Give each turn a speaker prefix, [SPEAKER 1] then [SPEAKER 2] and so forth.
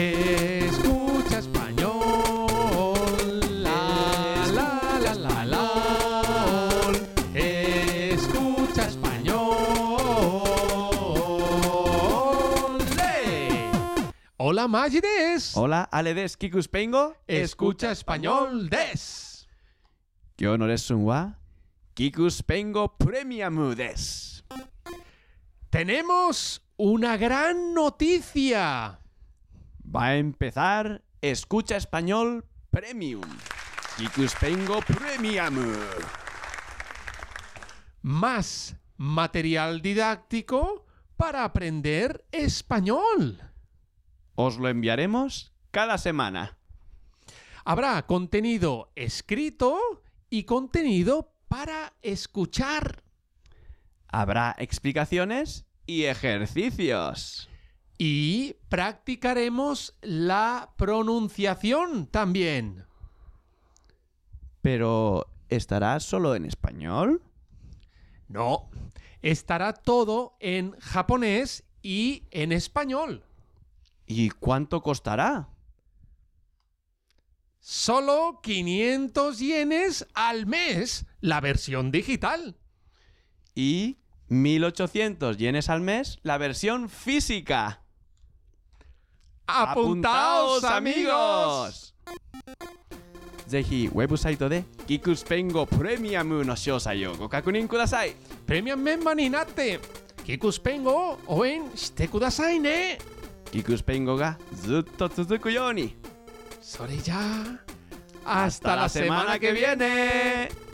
[SPEAKER 1] Escucha español. La la la la la. Escucha español. ¡Ole! Hola Magides.
[SPEAKER 2] Hola, Ale des Kikus Pengo.
[SPEAKER 1] Escucha español des.
[SPEAKER 2] Yo no eres un wa. Kikus Pengo Premium des.
[SPEAKER 1] Tenemos una gran noticia.
[SPEAKER 2] Va a empezar Escucha Español Premium. Kikus Pengo Premium.
[SPEAKER 1] Más material didáctico para aprender español.
[SPEAKER 2] Os lo enviaremos cada semana.
[SPEAKER 1] Habrá contenido escrito y contenido para escuchar.
[SPEAKER 2] Habrá explicaciones y ejercicios.
[SPEAKER 1] Y practicaremos la pronunciación también.
[SPEAKER 2] Pero, ¿estará solo en español?
[SPEAKER 1] No, estará todo en japonés y en español.
[SPEAKER 2] ¿Y cuánto costará?
[SPEAKER 1] Solo 500 yenes al mes la versión digital.
[SPEAKER 2] Y 1800 yenes al mes la versión física.
[SPEAKER 1] ¡Apuntaos, amigos!
[SPEAKER 2] ぜひウェブサイトでギクスペンゴプレミアムの詳細をご確認ください
[SPEAKER 1] ¡Premium Member ni Nate! ¡Kikuspengo! ¡Oen! ¡Shite kudasai ne!
[SPEAKER 2] ギクスペンゴがずっと続くように
[SPEAKER 1] ¡Sore ya! ¡Hasta la semana que viene!